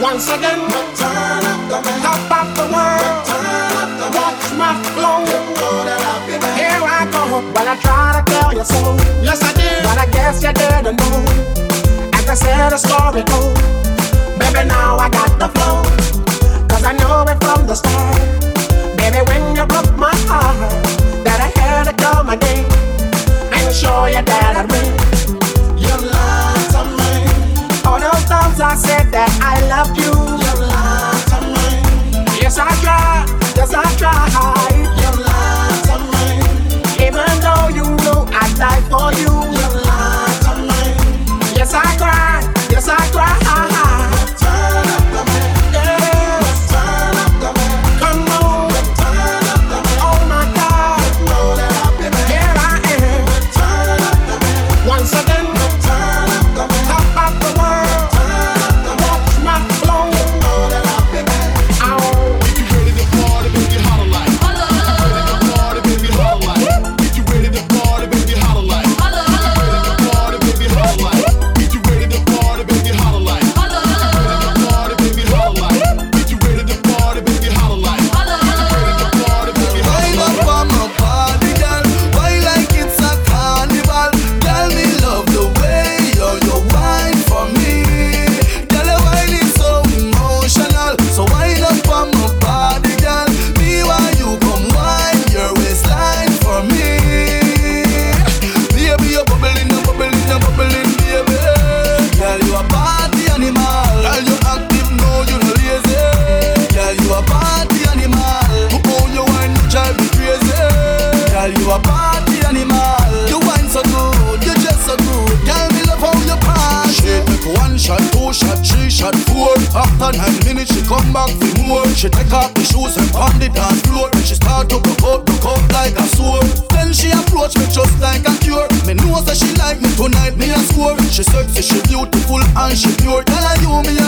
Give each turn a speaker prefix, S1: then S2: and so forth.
S1: once again. Top of the world, watch my flow. Here I go. Well, I try to tell you so. Yes, I did. But I guess you didn't know. As I said, the story goes. Baby, now I got the flow. Cause I know it from the start. Baby, when you broke my heart, that I had to come again and show you that I win. You lied to me. All those times I said that I love you. You lied to me. Yes, I tried. Yes, I tried. You lied to me. Even though you know I died for you. You lied to me. Yes, I cried. Yes, I cried. Turn up the man. Yeah. Turn up the man. Come on. Turn up the man. Oh my God. Know that I've been here. I am. Turn up the man. Once again. Turn up the man. Top of the world. Turn up the man. Watch my flow. Know that I've been here. Ow.
S2: Get you ready to party, baby, holler like. Ready to party, baby, holler like. Get you ready to party, baby, holler like. Ready to party, baby, holler like. Get you ready to party, baby, holler like. Ready to party, baby, holler like. Get you ready to party, baby, holler like. Ready to party, baby, holler like.
S3: Wind up on my body, girl. Why like it's a carnival? Girl, me love the way you're your wine for me. Girl, your wine is so emotional. So wind up on my body, girl. Me why you come wine your waistline for me. Baby, you're bubbling, you're bubbling, you're bubbling, baby. Girl, you a party animal. Girl, you active, no, you no lazy. Girl, you a party animal. Oh, you wine, you drive me crazy. Girl, you a party animal. You wine so good, you just so good. Girl, me love how you pass. She take one shot, two shot, three shot, four. After nine minutes, she come back for more. She take off the shoes and pound the dance floor. Then she start to broke out, broke out like a sword. Then she approach me just like a cure. Me knows that she like me tonight, me a score. She sexy, she beautiful and she pure. Tell her you me a